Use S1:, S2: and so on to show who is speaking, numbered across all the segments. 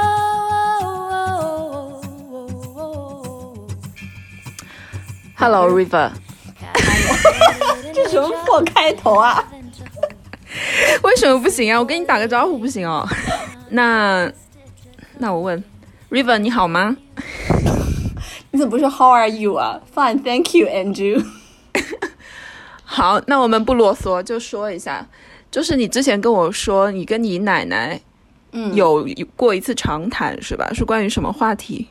S1: Hello River，
S2: 这什么破开头啊！
S1: 为什么不行啊？我跟你打个招呼不行 哦？那那我问 River 你好吗？
S2: 你怎么不是 How are you 啊？Fine, thank you, Andrew。
S1: 好，那我们不啰嗦，就说一下，就是你之前跟我说你跟你奶奶
S2: 嗯，
S1: 有过一次长谈是吧？是关于什么话题？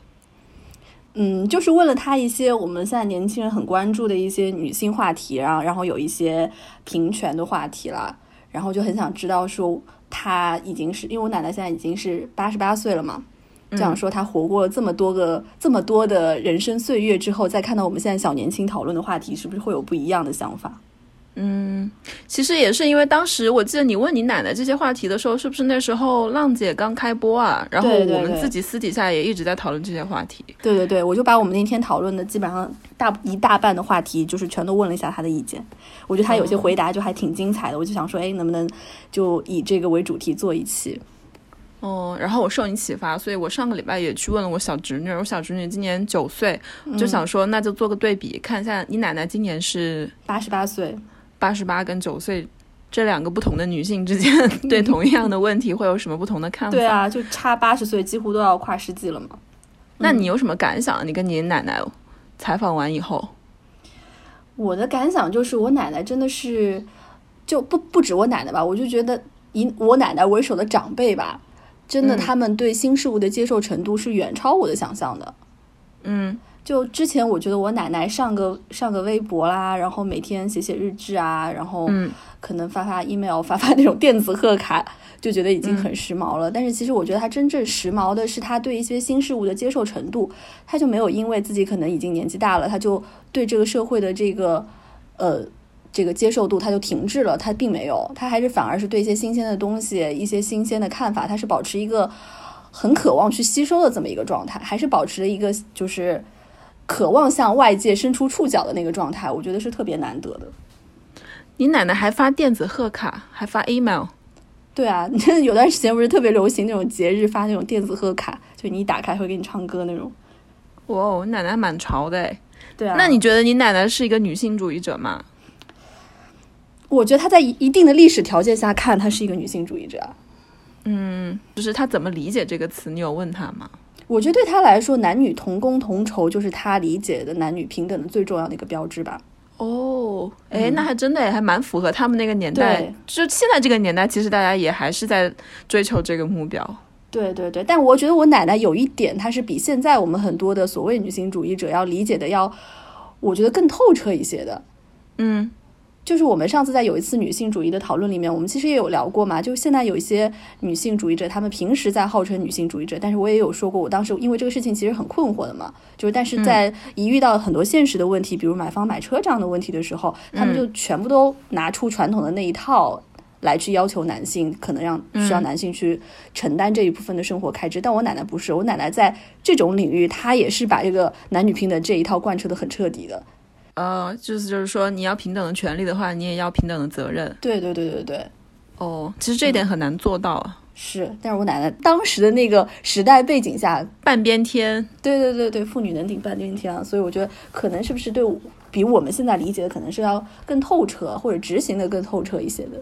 S2: 嗯，就是问了他一些我们现在年轻人很关注的一些女性话题，然后然后有一些平权的话题啦，然后就很想知道说他已经是因为我奶奶现在已经是八十八岁了嘛，就想说她活过这么多个这么多的人生岁月之后，再看到我们现在小年轻讨论的话题，是不是会有不一样的想法？
S1: 其实也是因为当时我记得你问你奶奶这些话题的时候，是不是那时候浪姐刚开播啊？然后
S2: 对对
S1: 我们
S2: 对
S1: 自己私底下也一直在讨论这些话题。
S2: 对对对，我就把我们那天讨论的基本上大一大半的话题，就是全都问了一下他的意见。我觉得他有些回答就还挺精彩的，我就想说，哎，能不能就以这个为主题做一期？
S1: 哦，然后我受你启发，所以我上个礼拜也去问了我小侄女，我小侄女今年九岁，就
S2: 嗯
S1: 想说那就做个对比，看一下你奶奶今年是
S2: 八十八岁，
S1: 八十八跟九岁这两个不同的女性之 间对同样的问题会有什么不同的看法？
S2: 对，啊，就差八十岁，几乎都要跨世纪了嘛。
S1: 那
S2: 嗯
S1: 你有什么感想？啊你跟你奶奶采访完以后，
S2: 我的感想就是，我奶奶真的是，就不不止我奶奶吧，我就觉得以我奶奶为首的长辈吧，真的
S1: 嗯
S2: 他们对新事物的接受程度是远超我的想象的。
S1: 嗯
S2: 就之前我觉得我奶奶上个上个微博啦，然后每天写写日志啊，然后
S1: 嗯
S2: 可能发发 email，发 发那种电子贺卡，就觉得已经很时髦了。但是其实我觉得她真正时髦的是她对一些新事物的接受程度，她就没有因为自己可能已经年纪大了，她就对这个社会的这个呃。这个接受度，她就停滞了，她并没有，她还是反而是对一些新鲜的东西、一些新鲜的看法，她是保持一个很渴望去吸收的这么一个状态，还是保持了一个就是渴望向外界伸出触角的那个状态，我觉得是特别难得的。
S1: 你奶奶还发电子贺卡，还发 email。
S2: 对啊， 有段时间不是特别流行那种节日发那种电子贺卡，就你一打开会给你唱歌那种。
S1: 哇哦，你奶奶蛮潮的哎。
S2: 对啊，
S1: 那你觉得你奶奶是一个女性主义者吗？
S2: 我觉得她在一一定的历史条件下看，她是一个女性主义者啊。
S1: 就是她怎么理解这个词？你有问她吗？
S2: 我觉得对她来说，男女同工同酬就是她理解的男女平等的最重要的一个标志吧。
S1: 哦，哎，那还真的诶还蛮符合他们那个年代
S2: 对。
S1: 就现在这个年代，其实大家也还是在追求这个目标。
S2: 对对对，但我觉得我奶奶有一点，她是比现在我们很多的所谓女性主义者要理解的要，我觉得更透彻一些的。
S1: 嗯
S2: 就是我们上次在有一次女性主义的讨论里面，我们其实也有聊过嘛，就现在有一些女性主义者，她们平时在号称女性主义者，但是我也有说过，我当时因为这个事情其实很困惑的嘛，就是但是在一遇到很多现实的问题，比如买房买车这样的问题的时候，她们就全部都拿出传统的那一套。来去要求男性，可能让需要男性去承担这一部分的生活开支，但我奶奶不是，我奶奶在这种领域，她也是把这个男女平等这一套贯彻的很彻底的。
S1: 呃，就是就是说，你要平等的权利的话，你也要平等的责任。
S2: 对对对对对，
S1: 哦，其实这一点很难做到啊。
S2: 是，但是我奶奶当时的那个时代背景下，
S1: 半边天，
S2: 对对对对，妇女能顶半边天啊，所以我觉得可能是不是对我比我们现在理解的可能是要更透彻，或者执行的更透彻一些的。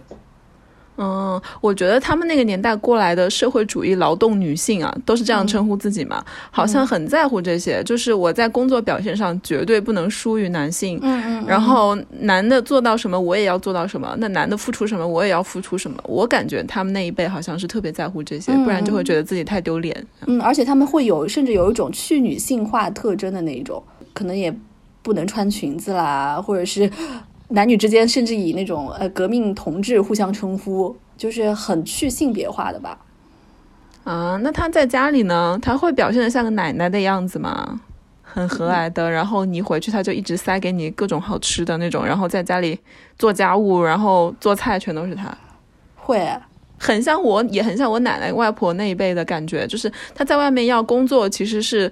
S1: 嗯，我觉得他们那个年代过来的社会主义劳动女性啊，都是这样称呼自己嘛，好像很在乎这些。就是我在工作表现上绝对不能输于男性，
S2: 嗯
S1: 然后男的做到什么我也要做到什么，那男的付出什么我也要付出什么。我感觉他们那一辈好像是特别在乎这些，不然就会觉得自己太丢脸。
S2: 嗯，而且他们会有甚至有一种去女性化特征的那一种，可能也不能穿裙子啦，或者是男女之间甚至以那种呃革命同志互相称呼，就是很去性别化的吧。
S1: 啊，那他在家里呢，他会表现得像个奶奶的样子吗？很和蔼的，然后你回去他就一直塞给你各种好吃的那种，然后在家里做家务，然后做菜全都是他。
S2: 会，
S1: 很像我，也很像我奶奶、外婆那一辈的感觉，就是她在外面要工作，其实是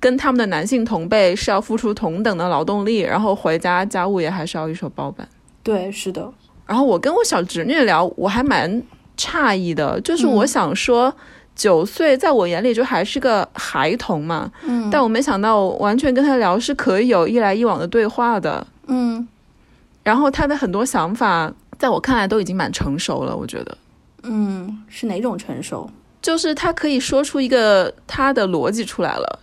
S1: 跟他们的男性同辈是要付出同等的劳动力，然后回家家务也还是要一手包办。
S2: 对，是的。
S1: 然后我跟我小侄女聊，我还蛮诧异的，就是我想说。九岁在我眼里就还是个孩童嘛，
S2: 嗯，
S1: 但我没想到我完全跟他聊是可以有一来一往的对话的，
S2: 嗯
S1: 然后他的很多想法在我看来都已经蛮成熟了，我觉得。
S2: 嗯，是哪种成熟？
S1: 就是他可以说出一个他的逻辑出来了，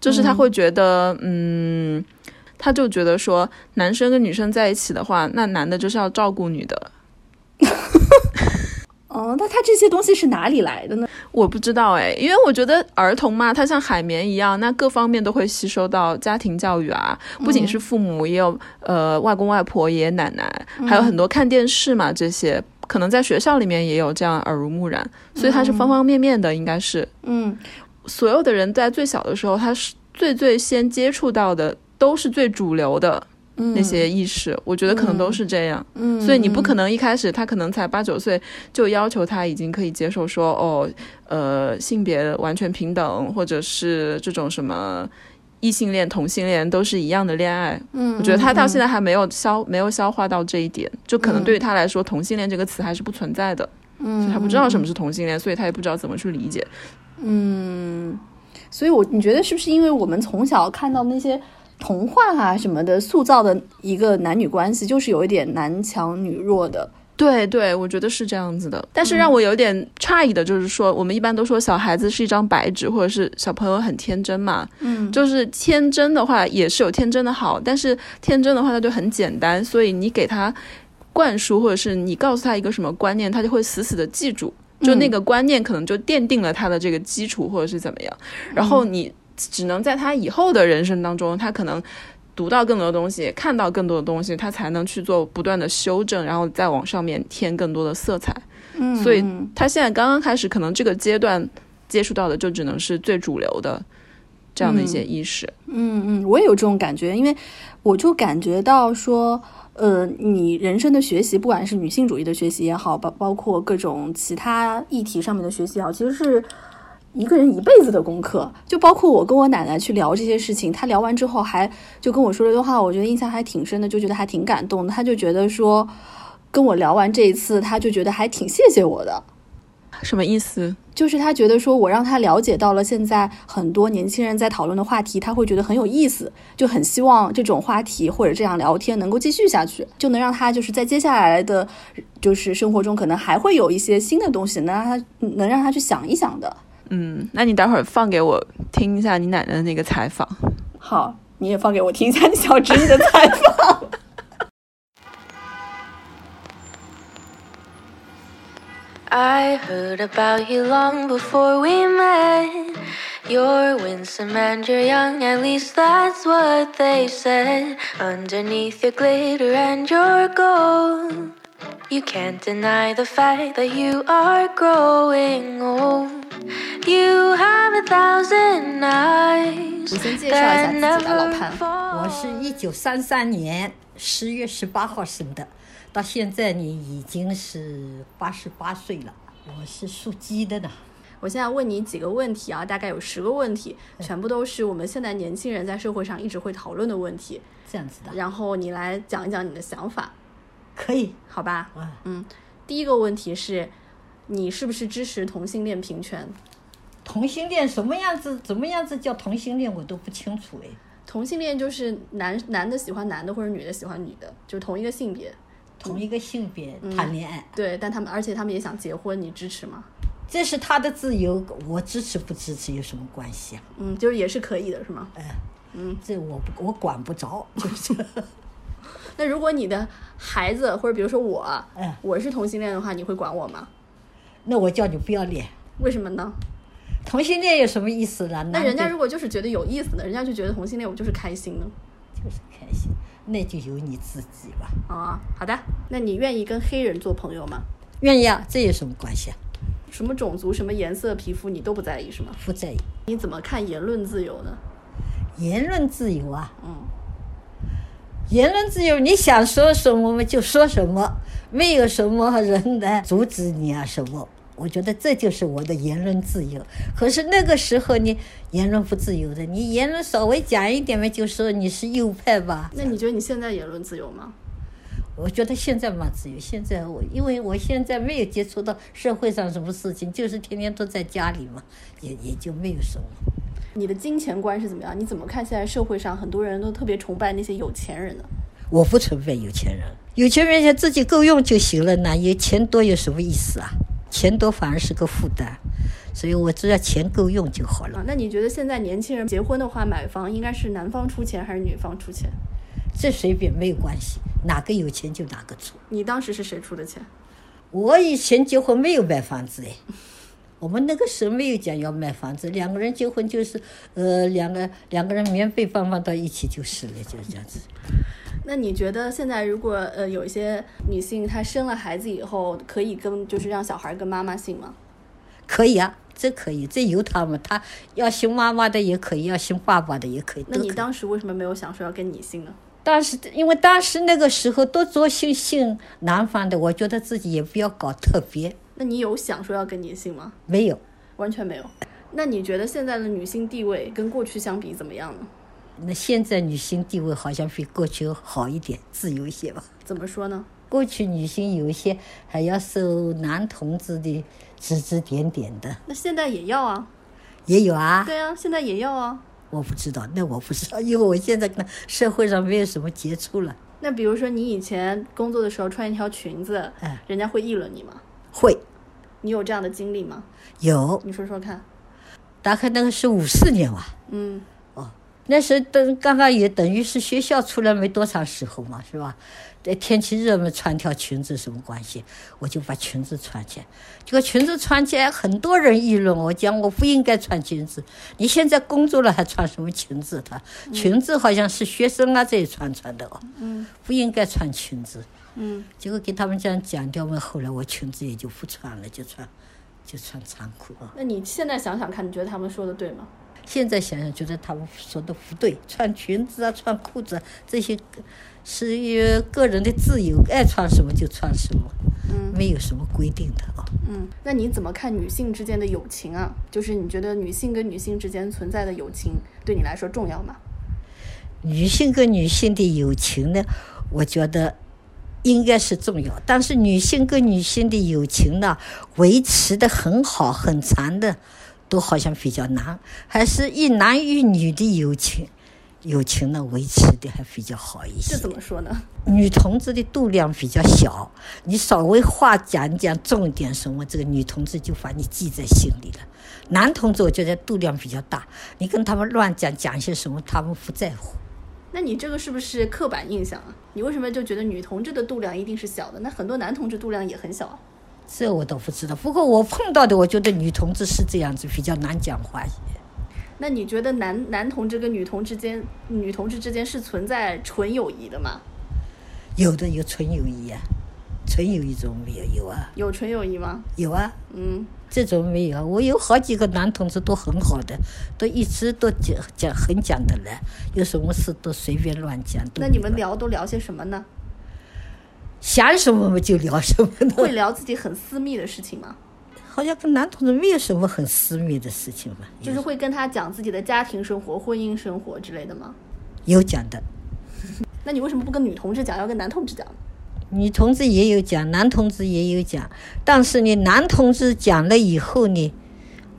S1: 就是他会觉得，嗯他就觉得说，男生跟女生在一起的话，那男的就是要照顾女的。
S2: 哦，那他这些东西是哪里来的呢？
S1: 我不知道哎，因为我觉得儿童嘛，他像海绵一样，那各方面都会吸收到家庭教育啊，不仅是父母，也有呃外公外婆、爷爷奶奶，还有很多看电视嘛，这些可能在学校里面也有这样耳濡目染，所以他是方方面面的，应该是。
S2: 嗯
S1: 所有的人在最小的时候，他是最最先接触到的都是最主流的
S2: 嗯，
S1: 那些意识，我觉得可能都是这样。
S2: 嗯，
S1: 所以你不可
S2: 能
S1: 能一开始他可能才八九岁就要求他已经可以接受说哦，呃，性别完全平等，或者是这种什么。异性恋、同性恋都是一样的恋爱，嗯，我觉得他到现在还没有消、没有消化到这一点，就可能对于他来说，同性恋这个词还是不存在的，嗯，所以他不知道什么是同性恋，所以他也不知道怎么去理解，
S2: 所以我你觉得是不是因为我们从小看到那些童话啊什么的塑造的一个男女关系，就是有一点男强女弱的？
S1: 对对，我觉得是这样子的。但是让我有点诧异的就是说，我们一般都说小孩子是一张白纸，或者是小朋友很天真嘛。嗯，就是天真的话也是有天真的好，但是天真的话它就很简单，所以你给他灌输或者是你告诉他一个什么观念，他就会死死的记住。就那个观念可能就奠定了他的这个基础，或者是怎么样。然后你只能在他以后的人生当中，他可能读到更多的东西，看到更多的东西，他才能去做不断的修正，然后再往上面添更多的色彩。
S2: 嗯，
S1: 所以
S2: 嗯
S1: 他现在刚刚开始，可能这个阶段接触到的就只能是最主流的这样的一些意识。
S2: 嗯，我也有这种感觉，因为我就感觉到说，呃，你人生的学习，不管是女性主义的学习也好，包包括各种其他议题上面的学习也好，其实是一个人一辈子的功课。就包括我跟我奶奶去聊这些事情，她聊完之后还就跟我说了一句话，我觉得印象还挺深的，就觉得还挺感动的。她就觉得说，跟我聊完这一次，她就觉得还挺谢谢我的。
S1: 什么意思？
S2: 就是他觉得说，我让他了解到了现在很多年轻人在讨论的话题，他会觉得很有意思，就很希望这种话题或者这样聊天能够继续下去，就能让他就是在接下来的，就是生活中可能还会有一些新的东西，能让他能让他去想一想的。
S1: 嗯，那你待会儿放给我听一下你奶奶的那个采访。
S2: 好，你也放给我听一下你小侄女 的采访。
S3: I heard about you long before we met. You're winsome and you're young, at least that's what they said. Underneath your glitter and your gold, you can't deny the fact that you are growing old. You have a thousand eyes
S2: 我先介绍一下自
S3: that
S2: 己啊，老
S3: never
S2: 潘。
S3: fall.
S4: 我是一九三三年十月十八号生的，到现在呢已经是八十八岁了。我是属鸡的呢，
S2: 我现在问你几个问题啊，大概有十个问题，全部都是我们现在年轻人在社会上一直会讨论的问题，
S4: 这样子的，
S2: 然后你来讲一讲你的想法，
S4: 可以
S2: 好吧？
S4: 啊。
S2: 嗯，第一个问题是，你是不是支持同性恋平权？
S4: 同性恋什么样子？怎么样子叫同性恋？我都不清楚哎。
S2: 同性恋就是男男的喜欢男的，或者女的喜欢女的，就是同一个性别。
S4: 同一个性别
S2: 嗯
S4: 谈恋爱，
S2: 对，但他们而且他们也想结婚，你支持吗？
S4: 这是他的自由，我支持不支持有什么关系啊？哎
S2: 嗯，就是也是可以的，是吗？嗯
S4: 这我不我管不着，就是 这
S2: 那如果你的孩子或者比如说我
S4: 嗯，
S2: 我是同性恋的话，你会管我吗？
S4: 那我叫你不要脸。
S2: 为什么呢？
S4: 同性恋有什么意思呢？
S2: 那人
S4: 男
S2: 家
S4: 的
S2: 如果就是觉得有意思的，人家就觉得同性恋我就是开心的
S4: 就是开心，那就由你自己吧。
S2: 啊。好的，那你愿意跟黑人做朋友吗？
S4: 愿意啊，这有什么关系啊？
S2: 什么种族、什么颜色、皮肤你都不在意是吗？
S4: 不在意。
S2: 你怎么看言论自由呢？
S4: 言论自由啊，
S2: 嗯，
S4: 言论自由，你想说什么就说什么，没有什么人来阻止你啊什么。我觉得这就是我的言论自由。可是那个时候你言论不自由的，你言论稍微讲一点嘛，就说你是右派吧。
S2: 那你觉得你现在言论自由吗？
S4: 我觉得现在蛮自由。现在我因为我现在没有接触到社会上什么事情，就是天天都在家里嘛，也也就没有什么。
S2: 你的金钱观是怎么样？你怎么看现在社会上很多人都特别崇拜那些有钱人呢？
S4: 我不崇拜有钱人，有钱人家自己够用就行了呢，有钱多有什么意思啊？钱多反而是个负担，所以我只要钱够用就好了。
S2: 啊，那你觉得现在年轻人结婚的话，买房应该是男方出钱还是女方出钱？
S4: 这随便没有关系，哪个有钱就哪个出。
S2: 你当时是谁出的钱？
S4: 我以前结婚没有买房子哎，我们那个时候没有讲要买房子，两个人结婚就是，呃，两个两个人棉被放放到一起就是了，就是这样子。
S2: 那你觉得现在如果呃有一些女性她生了孩子以后，可以跟就是让小孩跟妈妈姓吗？
S4: 可以啊，这可以，这由他们，他要姓妈妈的也可以，要姓爸爸的也可以。
S2: 那
S4: 都
S2: 你
S4: 可以
S2: 当时为什么没有想说要跟你姓呢？
S4: 当时因为当时那个时候都做姓姓男方的，我觉得自己也不要搞特别，
S2: 那你有想说要跟你姓吗？
S4: 没有。
S2: 完全没有。那你觉得现在的女性地位跟过去相比怎么样呢？
S4: 那现在女性地位好像比过去好一点，自由一些吧。
S2: 怎么说呢？
S4: 过去女性有一些还要受男同志的指指点点的，
S2: 那现在也要啊，
S4: 也有啊。
S2: 对啊，现在也要啊。
S4: 我不知道，那我不知道，因为我现在跟社会上没有什么接触了。
S2: 那比如说你以前工作的时候穿一条裙子，
S4: 哎
S2: 人家会议论你吗？
S4: 会
S2: 你有这样的经历吗？
S4: 有，
S2: 你说说看。
S4: 大概那个是五四年吧。
S2: 嗯，
S4: 那时候等刚刚也等于是学校出来没多长时候嘛，是吧？对天气热嘛，穿条裙子什么关系？我就把裙子穿起来，结果裙子穿起来，很多人议论我，讲我不应该穿裙子。你现在工作了还穿什么裙子？他裙子好像是学生啊这一穿穿的哦，不应该穿裙子。
S2: 嗯，
S4: 结果给他们这样讲掉嘛，后来我裙子也就不穿了，就穿就穿长裤啊。
S2: 那你现在想想看，你觉得他们说的对吗？
S4: 现在想想，觉得他们说的不对，穿裙子啊，穿裤子、啊、这些，是呃个人的自由，爱穿什么就穿什么，没有什么规定的啊。
S2: 嗯，那你怎么看女性之间的友情啊？就是你觉得女性跟女性之间存在的友情对你来说重要吗？
S4: 女性跟女性的友情呢，我觉得应该是重要，但是女性跟女性的友情呢，维持的很好很长的，都好像比较难，还是一男一女的友情，友情呢维持的还比较好一些。
S2: 这怎么说呢？
S4: 女同志的度量比较小，你稍微话讲一讲重点什么，这个女同志就把你记在心里了。男同志我觉得度量比较大，你跟他们乱讲讲一些什么，他们不在乎。
S2: 那你这个是不是刻板印象啊？你为什么就觉得女同志的度量一定是小的？那很多男同志度量也很小啊。
S4: 这我倒不知道，不过我碰到的，我觉得女同志是这样子，比较难讲话。
S2: 那你觉得男男同志跟女同志间，女同志之间是存在纯友谊的吗？
S4: 有的有纯友谊啊，纯友谊怎么没有？有啊，
S2: 有纯友谊吗？
S4: 有啊，
S2: 嗯，
S4: 这种没有，我有好几个男同志都很好的，都一直都讲讲很讲得来，有什么事都随便乱讲。都
S2: 那
S4: 没
S2: 你们
S4: 关
S2: 聊都聊些什么呢？
S4: 想什么嘛就聊什么呢，
S2: 会聊自己很私密的事情吗？
S4: 好像跟男同志没有什么很私密的事情嘛，
S2: 就是会跟他讲自己的家庭生活、婚姻生活之类的吗？
S4: 有讲的，
S2: 那你为什么不跟女同志讲，要跟男同志讲呢？
S4: 女同志也有讲，男同志也有讲，但是呢，男同志讲了以后呢，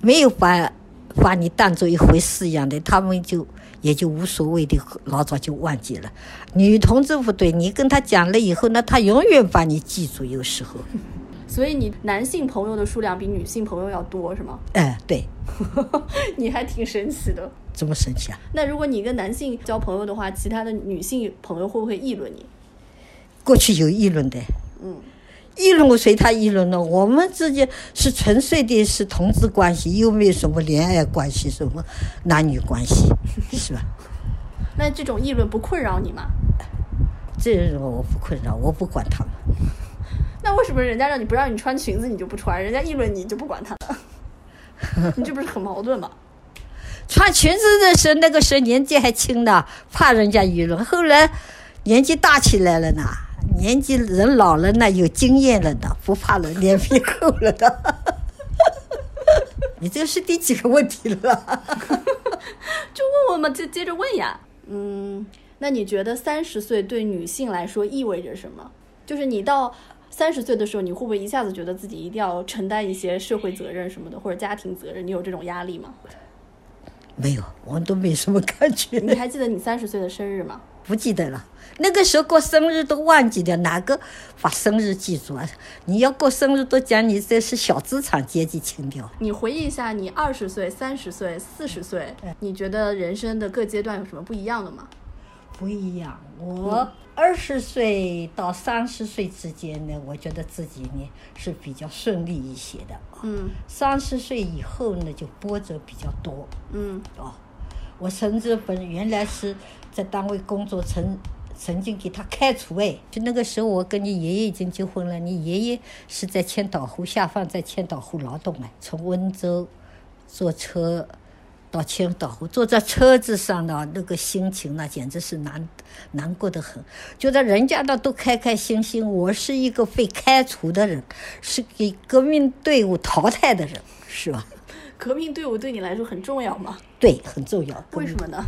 S4: 没有把把你当做一回事一样的，他们就也就无所谓的，老早就忘记了。女同志不对，你跟他讲了以后呢，他永远把你记住，有时候，
S2: 所以你男性朋友的数量比女性朋友要多是吗？
S4: 哎，对，
S2: 你还挺神奇的。
S4: 这么神奇啊！
S2: 那如果你跟男性交朋友的话，其他的女性朋友会不会议论你？
S4: 过去有议论的，
S2: 嗯，
S4: 议论我随他议论了，我们之间是纯粹的是同志关系，又没有什么恋爱关系，什么男女关系， 是吧？
S2: 那这种议论不困扰你吗？
S4: 这种我不困扰，我不管他们。
S2: 那为什么人家让你不让你穿裙子，你就不穿？人家议论你就不管他了？ 你这不是很矛盾吗？
S4: 穿裙子的时候，那个时候年纪还轻呢，怕人家议论。后来年纪大起来了呢，年纪人老了呢，有经验了呢，不怕人脸皮厚了呢。 你这是第几个问题了？
S2: 就问问嘛，接接着问呀。嗯，那你觉得三十岁对女性来说意味着什么？就是你到三十岁的时候，你会不会一下子觉得自己一定要承担一些社会责任什么的，或者家庭责任？你有这种压力吗？
S4: 没有，我都没什么感觉。
S2: 你还记得你三十岁的生日吗？
S4: 不记得了。那个时候过生日都忘记掉，哪个把生日记住啊？你要过生日都讲你这是小资产阶级情调。
S2: 你回忆一下，你二十岁、三十岁、四十岁，你觉得人生的各阶段有什么不一样的吗？
S4: 不一样。我二十岁到三十岁之间呢，我觉得自己呢是比较顺利一些的。
S2: 嗯
S4: 三十岁以后呢，就波折比较多
S2: 嗯
S4: 哦。我甚至本原来是在单位工作，曾曾经给他开除哎。就那个时候，我跟你爷爷已经结婚了，你爷爷是在千岛湖下放，在千岛湖劳动哎，从温州坐车到千岛湖，坐在车子上呢，那个心情呢，简直是难难过的很。觉得人家呢都开开心心，我是一个被开除的人，是给革命队伍淘汰的人，是吧？
S2: 革命队伍对你来说很重要吗？
S4: 对，很重要。革
S2: 为
S4: 命
S2: 什么呢？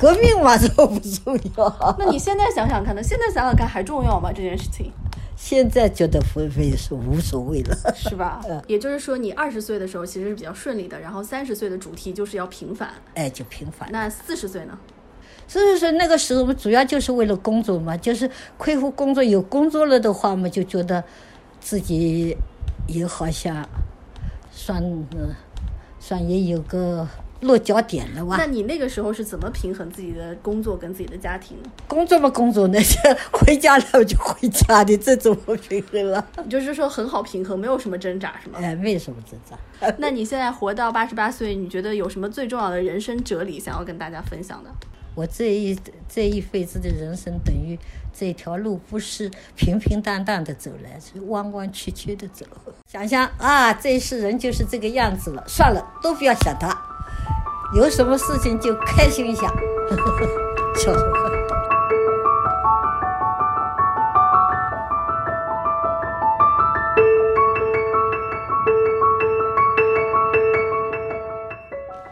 S4: 革命嘛，这不重要。
S2: 那你现在想想看呢？现在想想看还重要吗？这件事情
S4: 现在觉得不会是无所谓了。
S2: 是 吧？也就是说，你二十岁的时候其实是比较顺利的，然后三十岁的主题就是要平凡。
S4: 哎，就平凡。
S2: 那四十岁呢？
S4: 所以说那个时候我们主要就是为了工作嘛，就是恢复工作。有工作了的话嘛，就觉得自己也好像算呃算也有个落脚点了吧
S2: 那。你那个时候是怎么平衡自己的工作跟自己的家庭呢？
S4: 工作嘛，工作呢， 回家了就回家，你这怎么平衡啊？
S2: 就是说很好平衡，没有什么挣扎，是 吗？
S4: 哎，没什么挣扎。
S2: 那你现在活到八十八岁，你觉得有什么最重要的人生哲理想要跟大家分享的？
S4: 我这一这一辈子的人生，等于这条路不是平平淡淡的走来，是弯弯曲曲的走。想想啊，这一世人就是这个样子了，算了，都不要想他，有什么事情就开心一下，笑什么？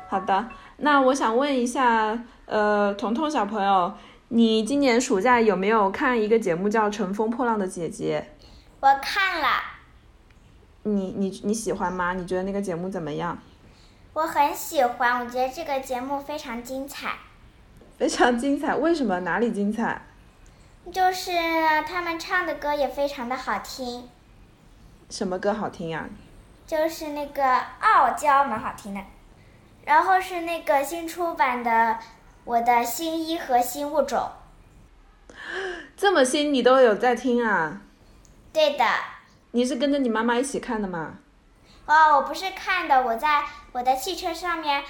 S1: 好的，那我想问一下，呃，彤彤小朋友，你今年暑假有没有看一个节目叫《乘风破浪的姐姐
S5: 我看了，》？
S1: 你你你喜欢吗？你觉得那个节目怎么样？
S5: 我很喜欢，我觉得这个节目非常精彩。
S1: 非常精彩，为什么？哪里精彩？
S5: 就是他们唱的歌也非常的好听，
S1: 什么歌好听啊呀、
S5: 就是那个《傲娇》蛮好听的，然后是那个新出版的《我的新衣和新物种》。
S1: 这么新你都有在听啊？
S5: 对的，
S1: 你是跟着你妈妈一起看的吗？
S5: 哦，我不是看的，我在我的汽车上面，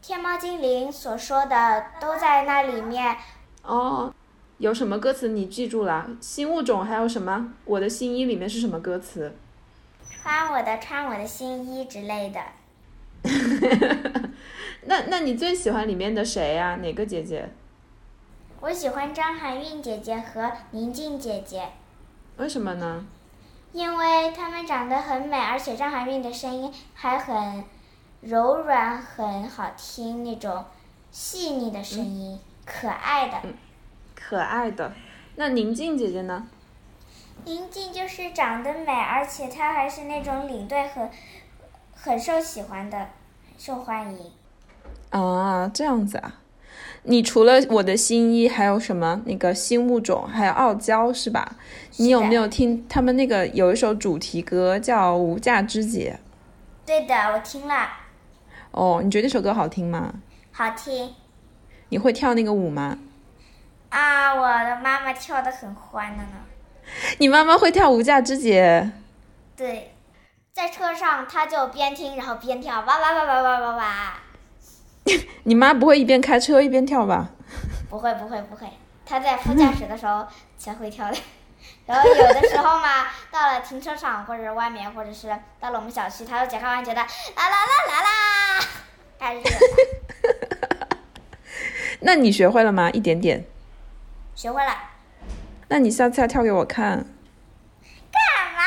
S5: 天猫精灵所说的都在那里面。
S1: 哦，有什么歌词你记住了？新物种还有什么？我的新衣里面是什么歌词？
S5: 穿我的，穿我的新衣之类的，
S1: 那那你最喜欢里面的谁呀、哪个姐姐？
S5: 我喜欢张含韵姐姐和宁静姐姐。
S1: 为什么呢？
S5: 因为她们长得很美，而且张含韵的声音还很柔软，很好听那种细腻的声音，可爱的。
S1: 可爱的。那宁静姐姐呢？
S5: 宁静就是长得美，而且她还是那种领队很很受喜欢的，很受欢迎。
S1: 啊，这样子啊。你除了我的新衣，还有什么？那个新物种，还有傲娇，是吧？你有没有听他们那个有一首主题歌叫《无价之姐
S5: 对的，我听了，》？
S1: 哦，你觉得那首歌好听吗？
S5: 好听
S1: 你会跳那个舞吗？
S5: 啊！我的妈妈跳得很欢的呢。
S1: 你妈妈会跳《无价之姐
S5: 对，在车上她就边听然后边跳，哇哇哇哇哇哇哇！》，
S1: 你妈不会一边开车一边跳吧？
S5: 不会不会不会，他在副驾驶的时候才会跳的，然后有的时候嘛，到了停车场或者外面，或者是到了我们小区，他就解开完觉得啦啦啦啦啦，但是
S1: 那你学会了吗？一点点。
S5: 学会了，
S1: 那你下次要跳给我看。
S5: 干嘛？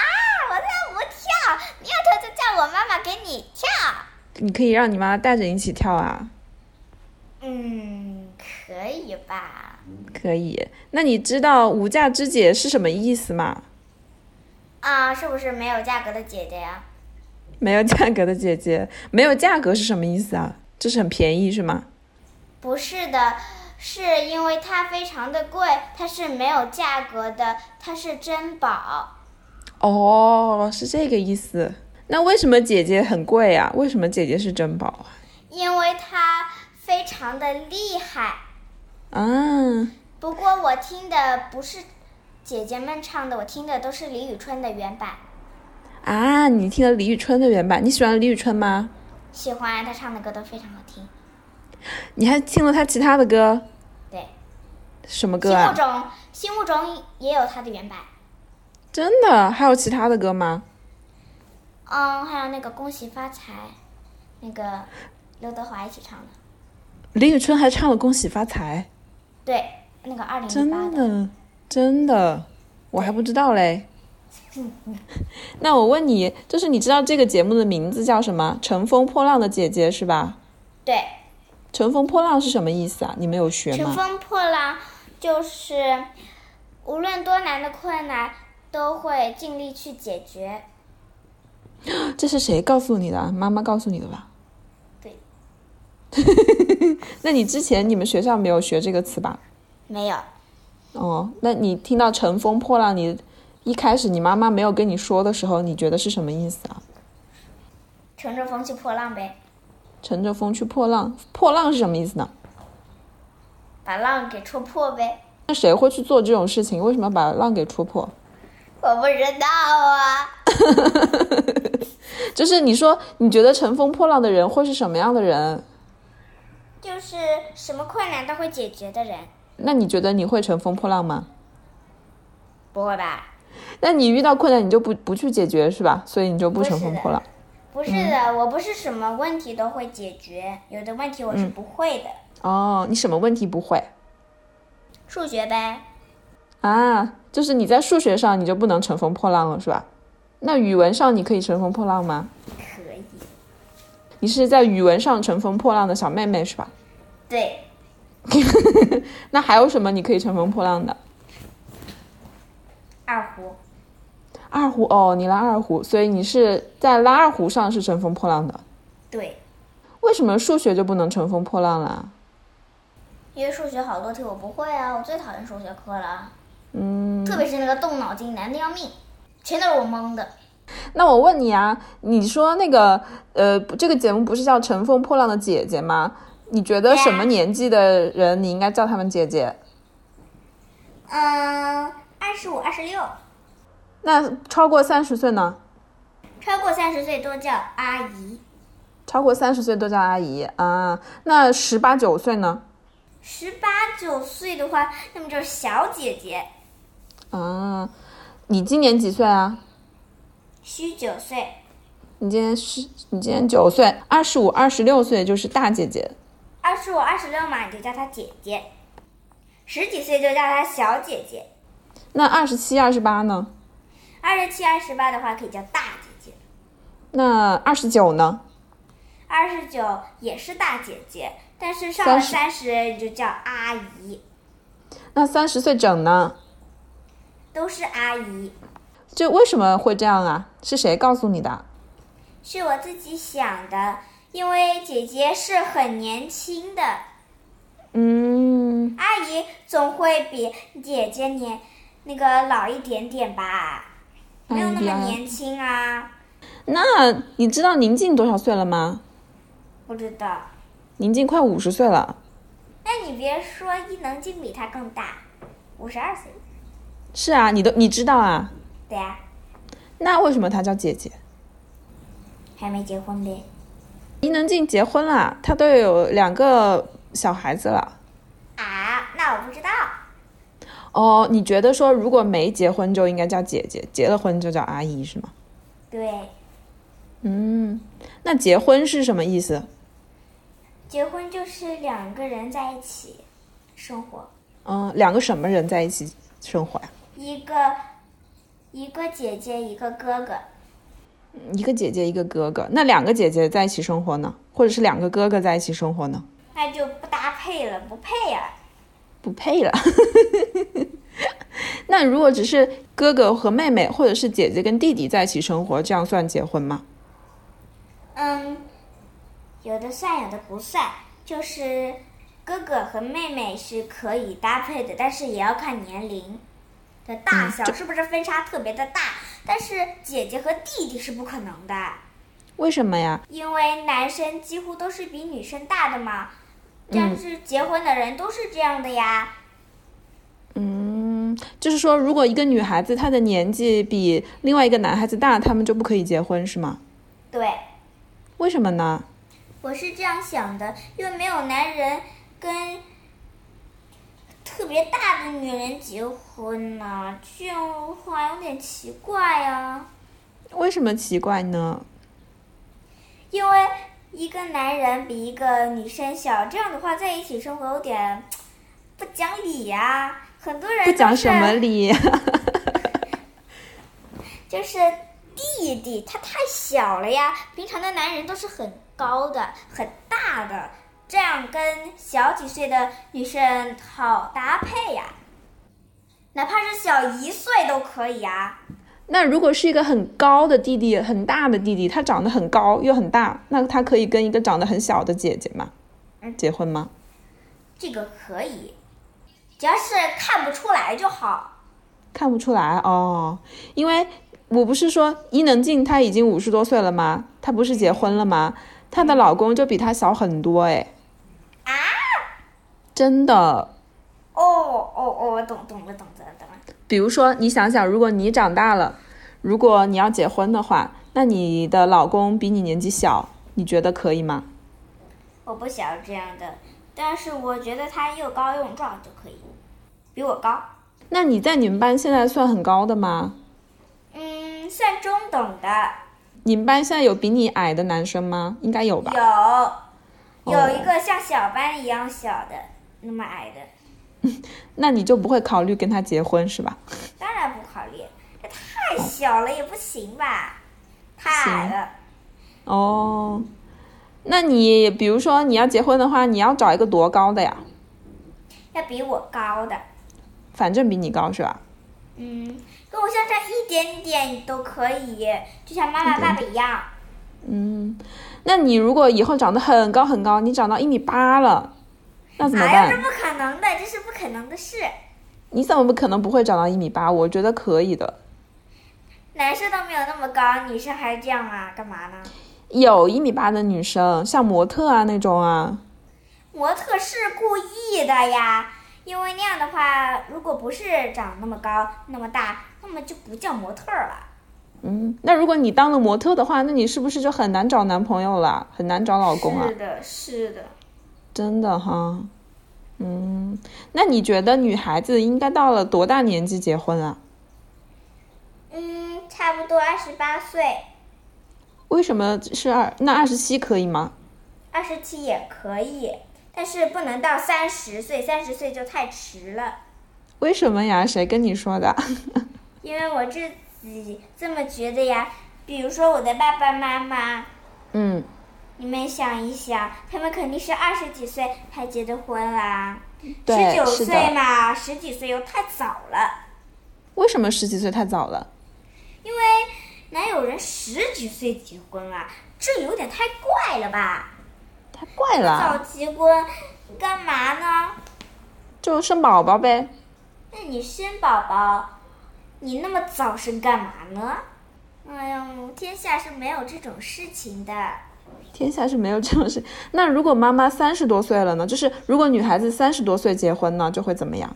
S5: 我才不跳！你要跳就叫我妈妈给你跳。
S1: 你可以让你妈带着你一起跳啊，
S5: 嗯，可以吧？
S1: 可以。那你知道“无价之姐”是什么意思吗？
S5: 啊，是不是没有价格的姐姐啊呀？
S1: 没有价格的姐姐， 没有价格是什么意思啊？就是很便宜是吗？
S5: 不是的，是因为它非常的贵，它是没有价格的，它是珍宝。
S1: 哦，是这个意思。那为什么姐姐很贵啊？为什么姐姐是珍宝啊？
S5: 因为它非常的厉害。
S1: 啊，
S5: 不过我听的不是姐姐们唱的，我听的都是李宇春的原版。
S1: 啊，你听了李宇春的原版，你喜欢李宇春吗？
S5: 喜欢她唱的歌都非常好听。
S1: 你还听了她其他的歌？
S5: 对，
S1: 什么歌
S5: 心目
S1: 啊？
S5: 中心目中也有她的原版。
S1: 真的还有其他的歌吗？
S5: 嗯，还有那个恭喜发财，那个刘德华一起唱的。
S1: 李宇春还唱了《恭喜发财
S5: 对，那个二零》，
S1: 真
S5: 一八的。
S1: 的，真的，我还不知道嘞。那我问你，就是你知道这个节目的名字叫什么？乘风破浪的姐姐是吧？
S5: 对，
S1: 乘风破浪是什么意思啊？你们有学
S5: 乘
S1: 吗？
S5: 风破浪就是无论多难的困难都会尽力去解决。
S1: 这是谁告诉你的啊？妈妈告诉你的吧？
S5: 对。
S1: 那你之前你们学校没有学这个词吧？
S5: 没有，
S1: 哦，那你听到“乘风破浪”，你一开始你妈妈没有跟你说的时候，你觉得是什么意思啊？
S5: 乘着风去破浪呗，
S1: 乘着风去破浪，破浪是什么意思呢？
S5: 把浪给戳破呗。
S1: 那谁会去做这种事情？为什么要把浪给戳破？
S5: 我不知道啊，
S1: 就是你说你觉得乘风破浪的人会是什么样的人？
S5: 就是什么困难都会解决的人，
S1: 那你觉得你会乘风破浪吗？
S5: 不会吧？
S1: 那你遇到困难你就不不去解决是吧？所以你就不
S5: 不是
S1: 乘风
S5: 的
S1: 破浪。
S5: 不是的，我不是什么问题都会解决，有的问题我是不会的，
S1: 哦，你什么问题不会
S5: 数学呗，
S1: 啊？就是你在数学上你就不能乘风破浪了是吧？那语文上你可以乘风破浪吗？
S5: 可以。
S1: 你是在语文上乘风破浪的小妹妹是吧？
S5: 对，
S1: 那还有什么你可以乘风破浪的？
S5: 二胡，
S1: 二胡哦，你拉二胡，所以你是在拉二胡上是乘风破浪的。
S5: 对，
S1: 为什么数学就不能乘风破浪啦、
S5: 因为数学好多题我不会啊，我最讨厌数学课了。嗯，特别是那个动脑筋，难的要命，全都是我蒙的。
S1: 那我问你啊，你说那个呃，这个节目不是叫《乘风破浪的姐姐》吗？你觉得什么年纪的人你应该叫他们姐姐？
S5: 嗯，二十五、二十六，
S1: 那超过三十岁呢？
S5: 超过三十岁都叫阿姨，
S1: 超过三十岁都叫阿姨啊？那十八九岁呢？
S5: 十八九岁的话，那么就是小姐姐。
S1: 啊，你今年几岁啊？
S5: 虚九岁，
S1: 你今年十，你今年九岁，二十五、二十六岁就是大姐姐。
S5: 二十五、二十六嘛，你就叫她姐姐；十几岁就叫她小姐姐；
S1: 那二十七、二十八呢？
S5: 二十七、二十八的话，可以叫大姐姐。
S1: 那二十九呢？
S5: 二十九也是大姐姐，但是上了三十你就叫阿姨，
S1: 那三十岁整呢？
S5: 都是阿姨，
S1: 这为什么会这样啊？是谁告诉你的？
S5: 是我自己想的，因为姐姐是很年轻的，
S1: 嗯，
S5: 阿姨总会比姐姐年那个老一点点吧，没有那
S1: 哎呀
S5: 么年轻啊，
S1: 那你知道宁静多少岁了吗？
S5: 不知道。
S1: 宁静快五十岁了，
S5: 那你别说，伊能静比她更大，五十二岁，
S1: 是啊，你都你知道啊？
S5: 对呀、
S1: 那为什么她叫姐姐？
S5: 还没结婚呗。
S1: 伊能静结婚了，她都有两个小孩子了。
S5: 啊，那我不知道，
S1: 哦，你觉得说如果没结婚就应该叫姐姐，结了婚就叫阿姨是吗？
S5: 对。
S1: 嗯，那结婚是什么意思？
S5: 结婚就是两个人在一起生活，
S1: 嗯，两个什么人在一起升华？
S5: 一个一个姐姐，一个哥哥，
S1: 一个姐姐，一个哥哥，那两个姐姐在一起生活呢，或者是两个哥哥在一起生活呢？
S5: 那就不搭配了，不配啊呀、
S1: 不配了。 那如果只是哥哥和妹妹，或者是姐姐跟弟弟在一起生活，这样算结婚吗？
S5: 嗯，有的算，有的不算，就是哥哥和妹妹是可以搭配的，但是也要看年龄的大小、是不是分差特别的大。但是姐姐和弟弟是不可能的，
S1: 为什么呀？
S5: 因为男生几乎都是比女生大的嘛。但是结婚的人都是这样的呀，
S1: 嗯，就是说，如果一个女孩子她的年纪比另外一个男孩子大，他们就不可以结婚，是吗？
S5: 对。
S1: 为什么呢？
S5: 我是这样想的，因为没有男人跟特别大的女人结婚呢、这样的话有点奇怪啊呀、
S1: 为什么奇怪呢？
S5: 因为一个男人比一个女生小，这样的话在一起生活有点不讲理呀、很多人
S1: 不讲
S5: 都是
S1: 什么理，
S5: 就是弟弟，他太小了呀。平常的男人都是很高的、很大的，这样跟小几岁的女生好搭配呀。哪怕是小一岁都可以啊。
S1: 那如果是一个很高的弟弟，很大的弟弟，他长得很高又很大，那他可以跟一个长得很小的姐姐吗？结婚吗？
S5: 这个可以，只要是看不出来就好。
S1: 看不出来哦，因为我不是说伊能静她已经五十多岁了吗？她不是结婚了吗？她的老公就比她小很多哎。真的，
S5: 哦哦哦，我懂懂了懂了懂了。
S1: 比如说你想想，如果你长大了，如果你要结婚的话，那你的老公比你年纪小，你觉得可以吗？
S5: 我不想要这样的，但是我觉得他又高又壮就可以，比我高。
S1: 那你在你们班现在算很高的吗？
S5: 嗯，算中等的。
S1: 你们班现在有比你矮的男生吗？应该有吧？
S5: 有，
S1: 哦
S5: 有一个像小班一样小的，那么矮的，
S1: 那你就不会考虑跟他结婚是吧？
S5: 当然不考虑，这太小了也不行吧，太矮了。
S1: 哦，那你比如说你要结婚的话，你要找一个多高的呀？
S5: 要比我高的，
S1: 反正比你高是吧？
S5: 嗯，跟我相差一点点都可以，就像妈妈爸爸一样。
S1: 嗯，那你如果以后长得很高很高，你长到一米八了，那怎么
S5: 哎呀，这
S1: 办？
S5: 不可能的，这是不可能的事。
S1: 你怎么不可能不会长到一米八？我觉得可以的。
S5: 男生都没有那么高，女生还这样啊？干嘛呢？
S1: 有一米八的女生，像模特啊那种啊，
S5: 模特是故意的呀，因为那样的话，如果不是长那么高那么大，那么就不叫模特儿了。
S1: 嗯，那如果你当了模特的话，那你是不是就很难找男朋友了，很难找老公啊？
S5: 是的，是的。
S1: 真的哈，嗯，那你觉得女孩子应该到了多大年纪结婚啊？
S5: 嗯，差不多二十八岁，
S1: 为什么是二？那二十七可以吗？
S5: 二十七也可以，但是不能到三十岁，三十岁就太迟了。
S1: 为什么呀？谁跟你说的？
S5: 因为我自己这么觉得呀。比如说我的爸爸妈妈，
S1: 嗯，
S5: 你们想一想，他们肯定是二十几岁才结的婚啦。十
S1: 对
S5: 九，
S1: 是
S5: 岁
S1: 的。
S5: 嘛，十几岁又太早了，
S1: 为什么十几岁太早了？
S5: 因为哪有人十几岁结婚啊？这有点太怪了吧？
S1: 太怪
S5: 早
S1: 了，
S5: 结婚干嘛呢？
S1: 就生宝宝呗。
S5: 那你生宝宝，你那么早生干嘛呢？哎呦，天下是没有这种事情的。
S1: 天下是没有这种事。那如果妈妈三十多岁了呢？就是如果女孩子三十多岁结婚呢，就会怎么样？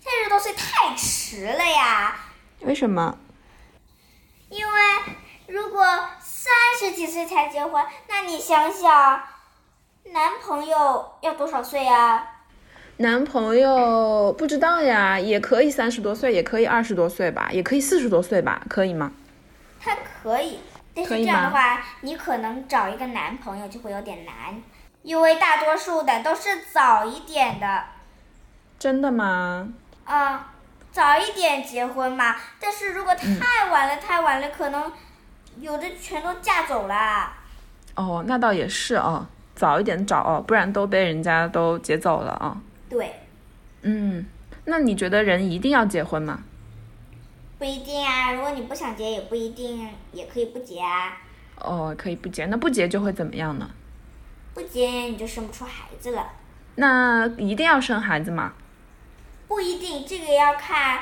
S5: 三十多岁太迟了呀，
S1: 为什么？
S5: 因为如果三十几岁才结婚，那你想想，男朋友要多少岁啊呀、
S1: 男朋友不知道呀，也可以三十多岁，也可以二十多岁吧，也可以四十多岁吧，可以吗？
S5: 他可以，但是
S1: 可以
S5: 这样的话，你可能找一个男朋友就会有点难，因为大多数的都是早一点的。
S1: 真的吗？
S5: 啊、早一点结婚嘛。但是如果太晚了，太晚了，可能有的全都嫁走了。
S1: 哦，那倒也是啊，早一点找哦，不然都被人家都劫走了啊。
S5: 对，
S1: 嗯，那你觉得人一定要结婚吗？
S5: 不一定啊，如果你不想结，也不一定，也可以不结啊。
S1: 哦，可以不结，那不结就会怎么样呢？
S5: 不结你就生不出孩子了。
S1: 那一定要生孩子吗？
S5: 不一定，这个要看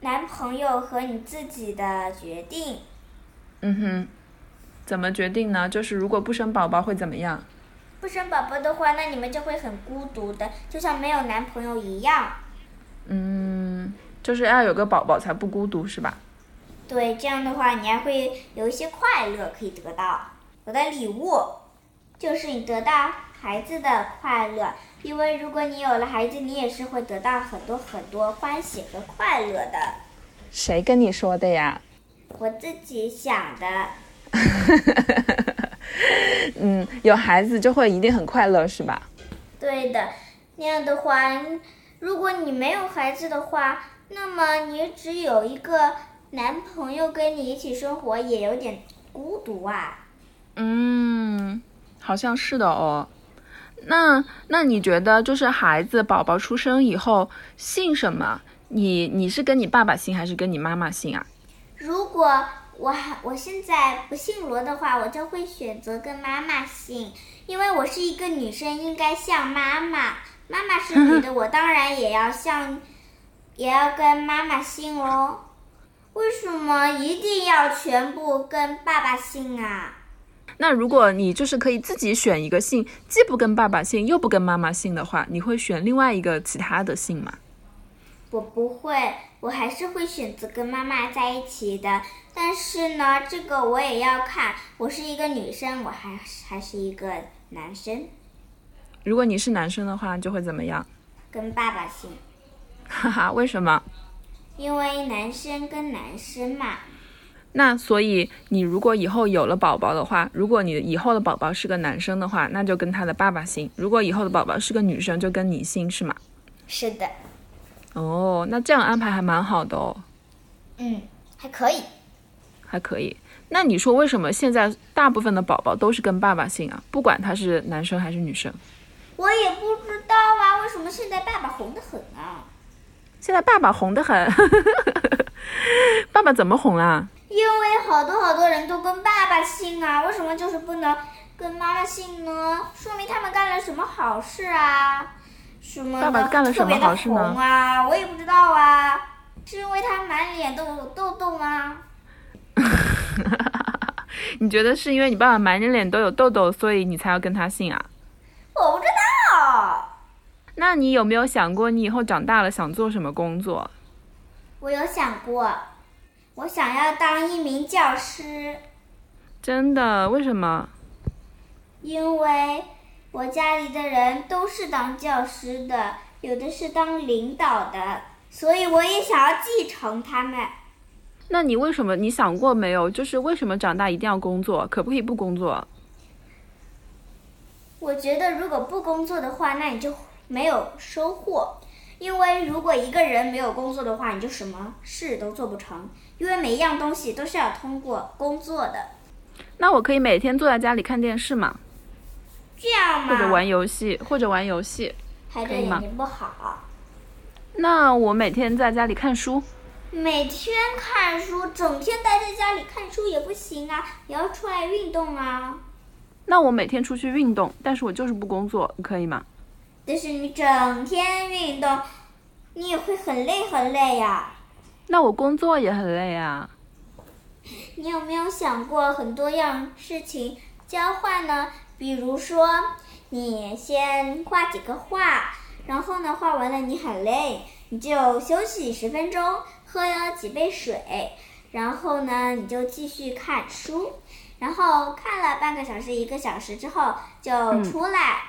S5: 男朋友和你自己的决定。
S1: 嗯哼，怎么决定呢？就是如果不生宝宝会怎么样？
S5: 不生宝宝的话，那你们就会很孤独的，就像没有男朋友一样。
S1: 嗯，就是要有个宝宝才不孤独是吧？
S5: 对，这样的话你还会有一些快乐可以得到。我的礼物就是你得到孩子的快乐，因为如果你有了孩子，你也是会得到很多很多欢喜和快乐的。
S1: 谁跟你说的呀？
S5: 我自己想的，
S1: 嗯，有孩子就会一定很快乐是吧？
S5: 对的。那样的话，如果你没有孩子的话，那么你只有一个男朋友跟你一起生活，也有点孤独啊。
S1: 嗯，好像是的哦。那那你觉得就是孩子宝宝出生以后姓什么？你你是跟你爸爸姓还是跟你妈妈姓啊？
S5: 如果我还我现在不姓罗的话，我就会选择跟妈妈姓，因为我是一个女生，应该像妈妈。妈妈是女的，我当然也要像， 也要跟妈妈姓喽。为什么一定要全部跟爸爸姓啊？
S1: 那如果你就是可以自己选一个姓，既不跟爸爸姓又不跟妈妈姓的话，你会选另外一个其他的姓吗？
S5: 我不会，我还是会选择跟妈妈在一起的。但是呢，这个我也要看。我是一个女生，我还还是一个男生，
S1: 如果你是男生的话，就会怎么样？
S5: 跟爸爸姓，
S1: 哈哈，为什么？
S5: 因为男生跟男生嘛。
S1: 那所以你如果以后有了宝宝的话，如果你以后的宝宝是个男生的话，那就跟他的爸爸姓；如果以后的宝宝是个女生，就跟你姓，是吗？
S5: 是的，
S1: 哦，那这样安排还蛮好的哦，
S5: 嗯，还可以。
S1: 还可以。那你说为什么现在大部分的宝宝都是跟爸爸姓啊？不管他是男生还是女生，
S5: 我也不知道啊，为什么现在爸爸红的很啊？
S1: 现在爸爸红得很， 爸爸怎么红啊啦、
S5: 因为好多好多人都跟爸爸姓啊，为什么就是不能跟妈妈姓呢？说明他们干了什么好事啊？什么的
S1: 爸爸干了什么好事呢
S5: 特别的红啊，我也不知道啊，是因为他满脸都啊有痘痘吗？
S1: 你觉得是因为你爸爸满脸都有痘痘，所以你才要跟他姓啊？
S5: 我不知道，
S1: 那你有没有想过，你以后长大了想做什么工作？
S5: 我有想过，我想要当一名教师。
S1: 真的？为什么？
S5: 因为我家里的人都是当教师的，有的是当领导的，所以我也想要继承他们。
S1: 那你为什么？你想过没有？就是为什么长大一定要工作？可不可以不工作？
S5: 我觉得如果不工作的话，那你就没有收获，因为如果一个人没有工作的话，你就什么事都做不成，因为每一样东西都是要通过工作的。
S1: 那我可以每天坐在家里看电视嘛，
S5: 这样
S1: 或者
S5: 嘛，
S1: 玩游戏，或者玩游戏。
S5: 还
S1: 可
S5: 对
S1: 以吗
S5: 眼睛不好。
S1: 那我每天在家里看书，
S5: 每天看书，整天待在家里看书也不行啊，也要出来运动啊。
S1: 那我每天出去运动，但是我就是不工作，可以吗？
S5: 但是你整天运动，你也会很累很累呀、
S1: 那我工作也很累啊。
S5: 你有没有想过很多样事情交换呢？比如说，你先画几个画，然后呢，画完了你很累，你就休息十分钟，喝几杯水，然后呢，你就继续看书，然后看了半个小时、一个小时之后就出来。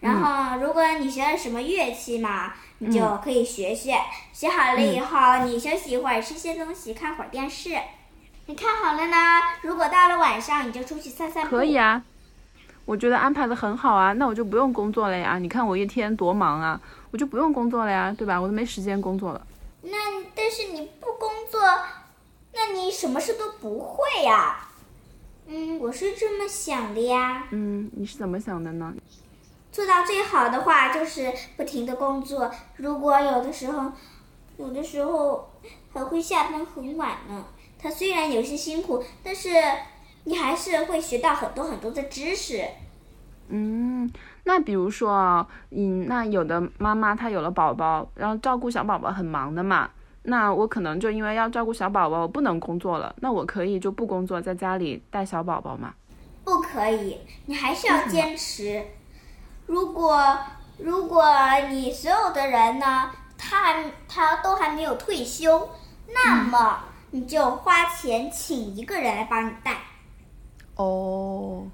S5: 然
S1: 嗯
S5: 后，如果你学了什么乐器嘛，你就可以学学。学好了以后，你休息一会儿，吃些东西，看会儿电视。你看好了呢？如果到了晚上，你就出去散散步。
S1: 可以啊，我觉得安排的很好啊，那我就不用工作了呀。你看我一天多忙啊，我就不用工作了呀，对吧？我都没时间工作了。
S5: 那但是你不工作，那你什么事都不会呀、嗯，我是这么想的呀。
S6: 嗯，你是怎么想的呢？
S5: 做到最好的话就是不停的工作，如果有的时候，有的时候还会下班很晚呢。他虽然有些辛苦，但是你还是会学到很多很多的知识。
S6: 嗯，那比如说啊，嗯，那有的妈妈她有了宝宝，然后照顾小宝宝很忙的嘛。那我可能就因为要照顾小宝宝，我不能工作了。那我可以就不工作，在家里带小宝宝嘛？
S5: 不可以，你还是要坚持。如果如果你所有的人呢，他还他都还没有退休，那么你就花钱请一个人来帮你带。
S6: 哦，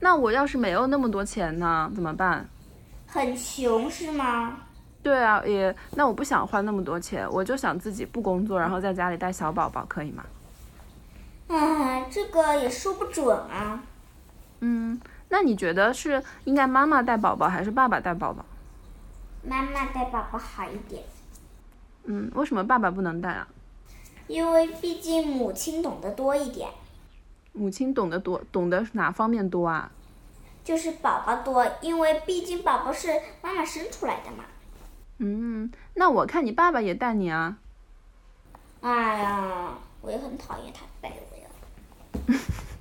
S6: 那我要是没有那么多钱呢，怎么办？
S5: 很穷是吗？
S6: 对啊，也那我不想花那么多钱，我就想自己不工作，然后在家里带小宝宝，可以吗？
S5: 嗯，这个也说不准啊。
S6: 嗯，那你觉得是应该妈妈带宝宝还是爸爸带宝宝？
S5: 妈妈带宝宝好一点，
S6: 嗯，为什么爸爸不能带啊？
S5: 因为毕竟母亲懂得多一点，
S6: 母亲懂得多，懂得哪方面多啊？
S5: 就是宝宝多，因为毕竟宝宝是妈妈生出来的嘛。
S6: 嗯，那我看你爸爸也带你啊。
S5: 哎呀，我也很讨厌他带我呀，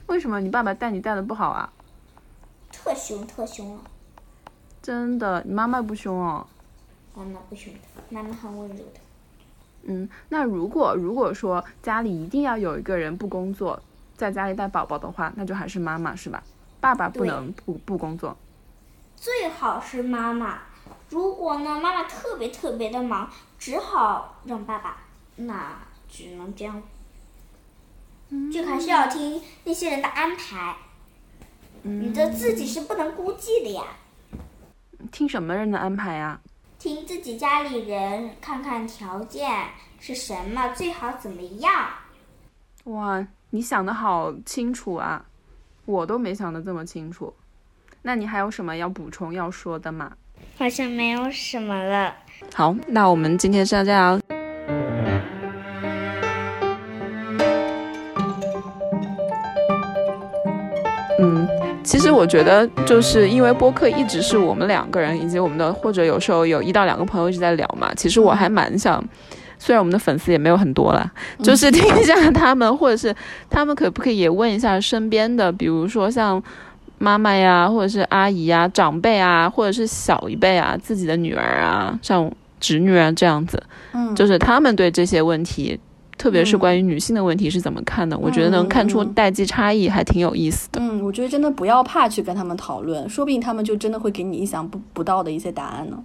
S6: 为什么你爸爸带你带的不好啊？
S5: 特凶特凶啊了。
S6: 真的，你妈妈不凶哦。
S5: 妈妈不凶的，妈妈很温柔的。
S6: 嗯，那如果如果说家里一定要有一个人不工作，在家里带宝宝的话，那就还是妈妈是吧？爸爸不
S5: 对
S6: 能不不工作。
S5: 最好是妈妈，如果呢妈妈特别特别的忙，只好让爸爸，那只能这样。就还是要听那些人的安排，你的自己是不能估计的呀。
S6: 听什么人的安排啊呀、
S5: 听自己家里人，看看条件是什么，最好怎么样。
S6: 哇，你想的好清楚啊，我都没想的这么清楚。那你还有什么要补充要说的吗？
S5: 好像没有什么了。
S6: 好，那我们今天就到这
S1: 啊
S6: 样。
S1: 嗯，其实我觉得，就是因为播客一直是我们两个人以及我们的，或者有时候有一到两个朋友一直在聊嘛。其实我还蛮想，虽然我们的粉丝也没有很多啦，就是听一下他们，或者是他们可不可以也问一下身边的，比如说像妈妈呀，或者是阿姨啊、长辈啊，或者是小一辈啊，自己的女儿啊，像侄女啊这样子，
S2: 嗯，
S1: 就是他们对这些问题。特别是
S2: 嗯
S1: 关于女性的问题是怎么看的？我觉得能看出
S2: 嗯嗯嗯
S1: 代际差异还挺有意思的。
S2: 嗯，我觉得真的不要怕去跟他们讨论，说不定他们就真的会给你意想不不到的一些答案呢。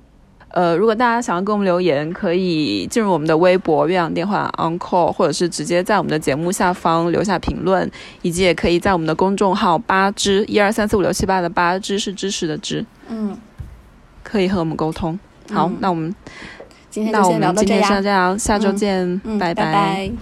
S1: 呃，如果大家想要给我们留言，可以进入我们的微博“岳阳电话 on call”，或者是直接在我们的节目下方留下评论，以及也可以在我们的公众号“八支一二三四五六七八”的“八支”是知识的“知
S2: 嗯，”，
S1: 可以和我们沟通。好，
S2: 嗯
S1: 那我们
S2: 今天就
S1: 那我
S2: 先聊
S1: 们
S2: 到
S1: 今
S2: 这
S1: 天
S2: 呀
S1: 先。这样，下周
S2: 嗯
S1: 见，
S2: 嗯，
S1: 拜
S2: 拜